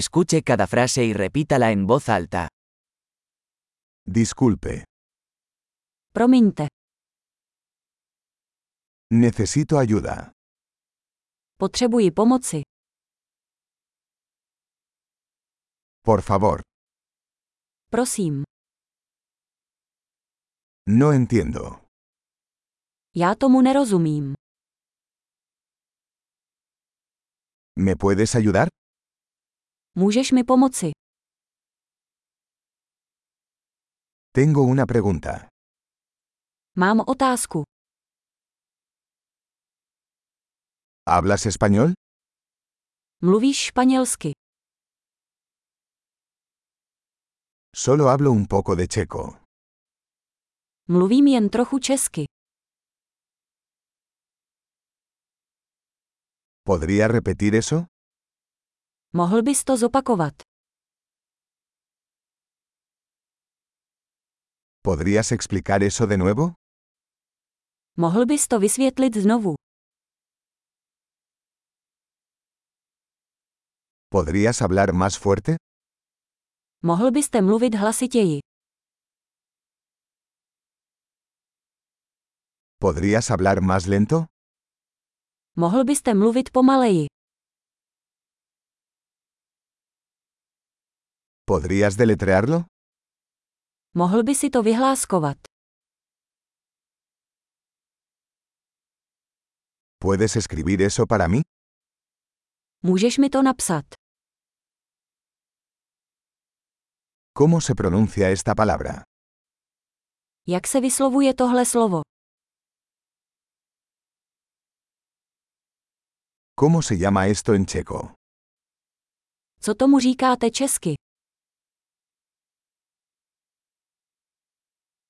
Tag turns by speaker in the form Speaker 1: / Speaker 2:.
Speaker 1: Escuche cada frase y repítala en voz alta.
Speaker 2: Disculpe,
Speaker 3: Promiňte,
Speaker 2: necesito ayuda.
Speaker 3: potřebuji pomoci.
Speaker 2: Por favor,
Speaker 3: Prosím,
Speaker 2: no entiendo.
Speaker 3: já tomu nerozumím.
Speaker 2: ¿Me puedes ayudar?
Speaker 3: Můžeš mi pomoci?
Speaker 2: Tengo una pregunta.
Speaker 3: Mám otázku.
Speaker 2: ¿Hablas español?
Speaker 3: Mluvíš španělsky?
Speaker 2: Solo hablo un poco de checo.
Speaker 3: Mluvím jen trochu česky.
Speaker 2: ¿Podría repetir eso?
Speaker 3: Mohl bys to zopakovat?
Speaker 2: ¿Podrías explicar eso de nuevo?
Speaker 3: Mohl bys to vysvětlit znovu?
Speaker 2: ¿Podrías hablar más fuerte?
Speaker 3: Mohl byste mluvit hlasitěji?
Speaker 2: ¿Podrías hablar más lento?
Speaker 3: Mohl byste mluvit pomaleji?
Speaker 2: ¿Podrías deletrearlo?
Speaker 3: Mohl by si to vyhláskovat?
Speaker 2: ¿Puedes escribir eso para mí?
Speaker 3: Můžeš mi to napsat?
Speaker 2: ¿Cómo se pronuncia esta palabra?
Speaker 3: Jak se vyslovuje tohle slovo?
Speaker 2: ¿Cómo se llama esto en checo?
Speaker 3: Co tomu říkáte česky?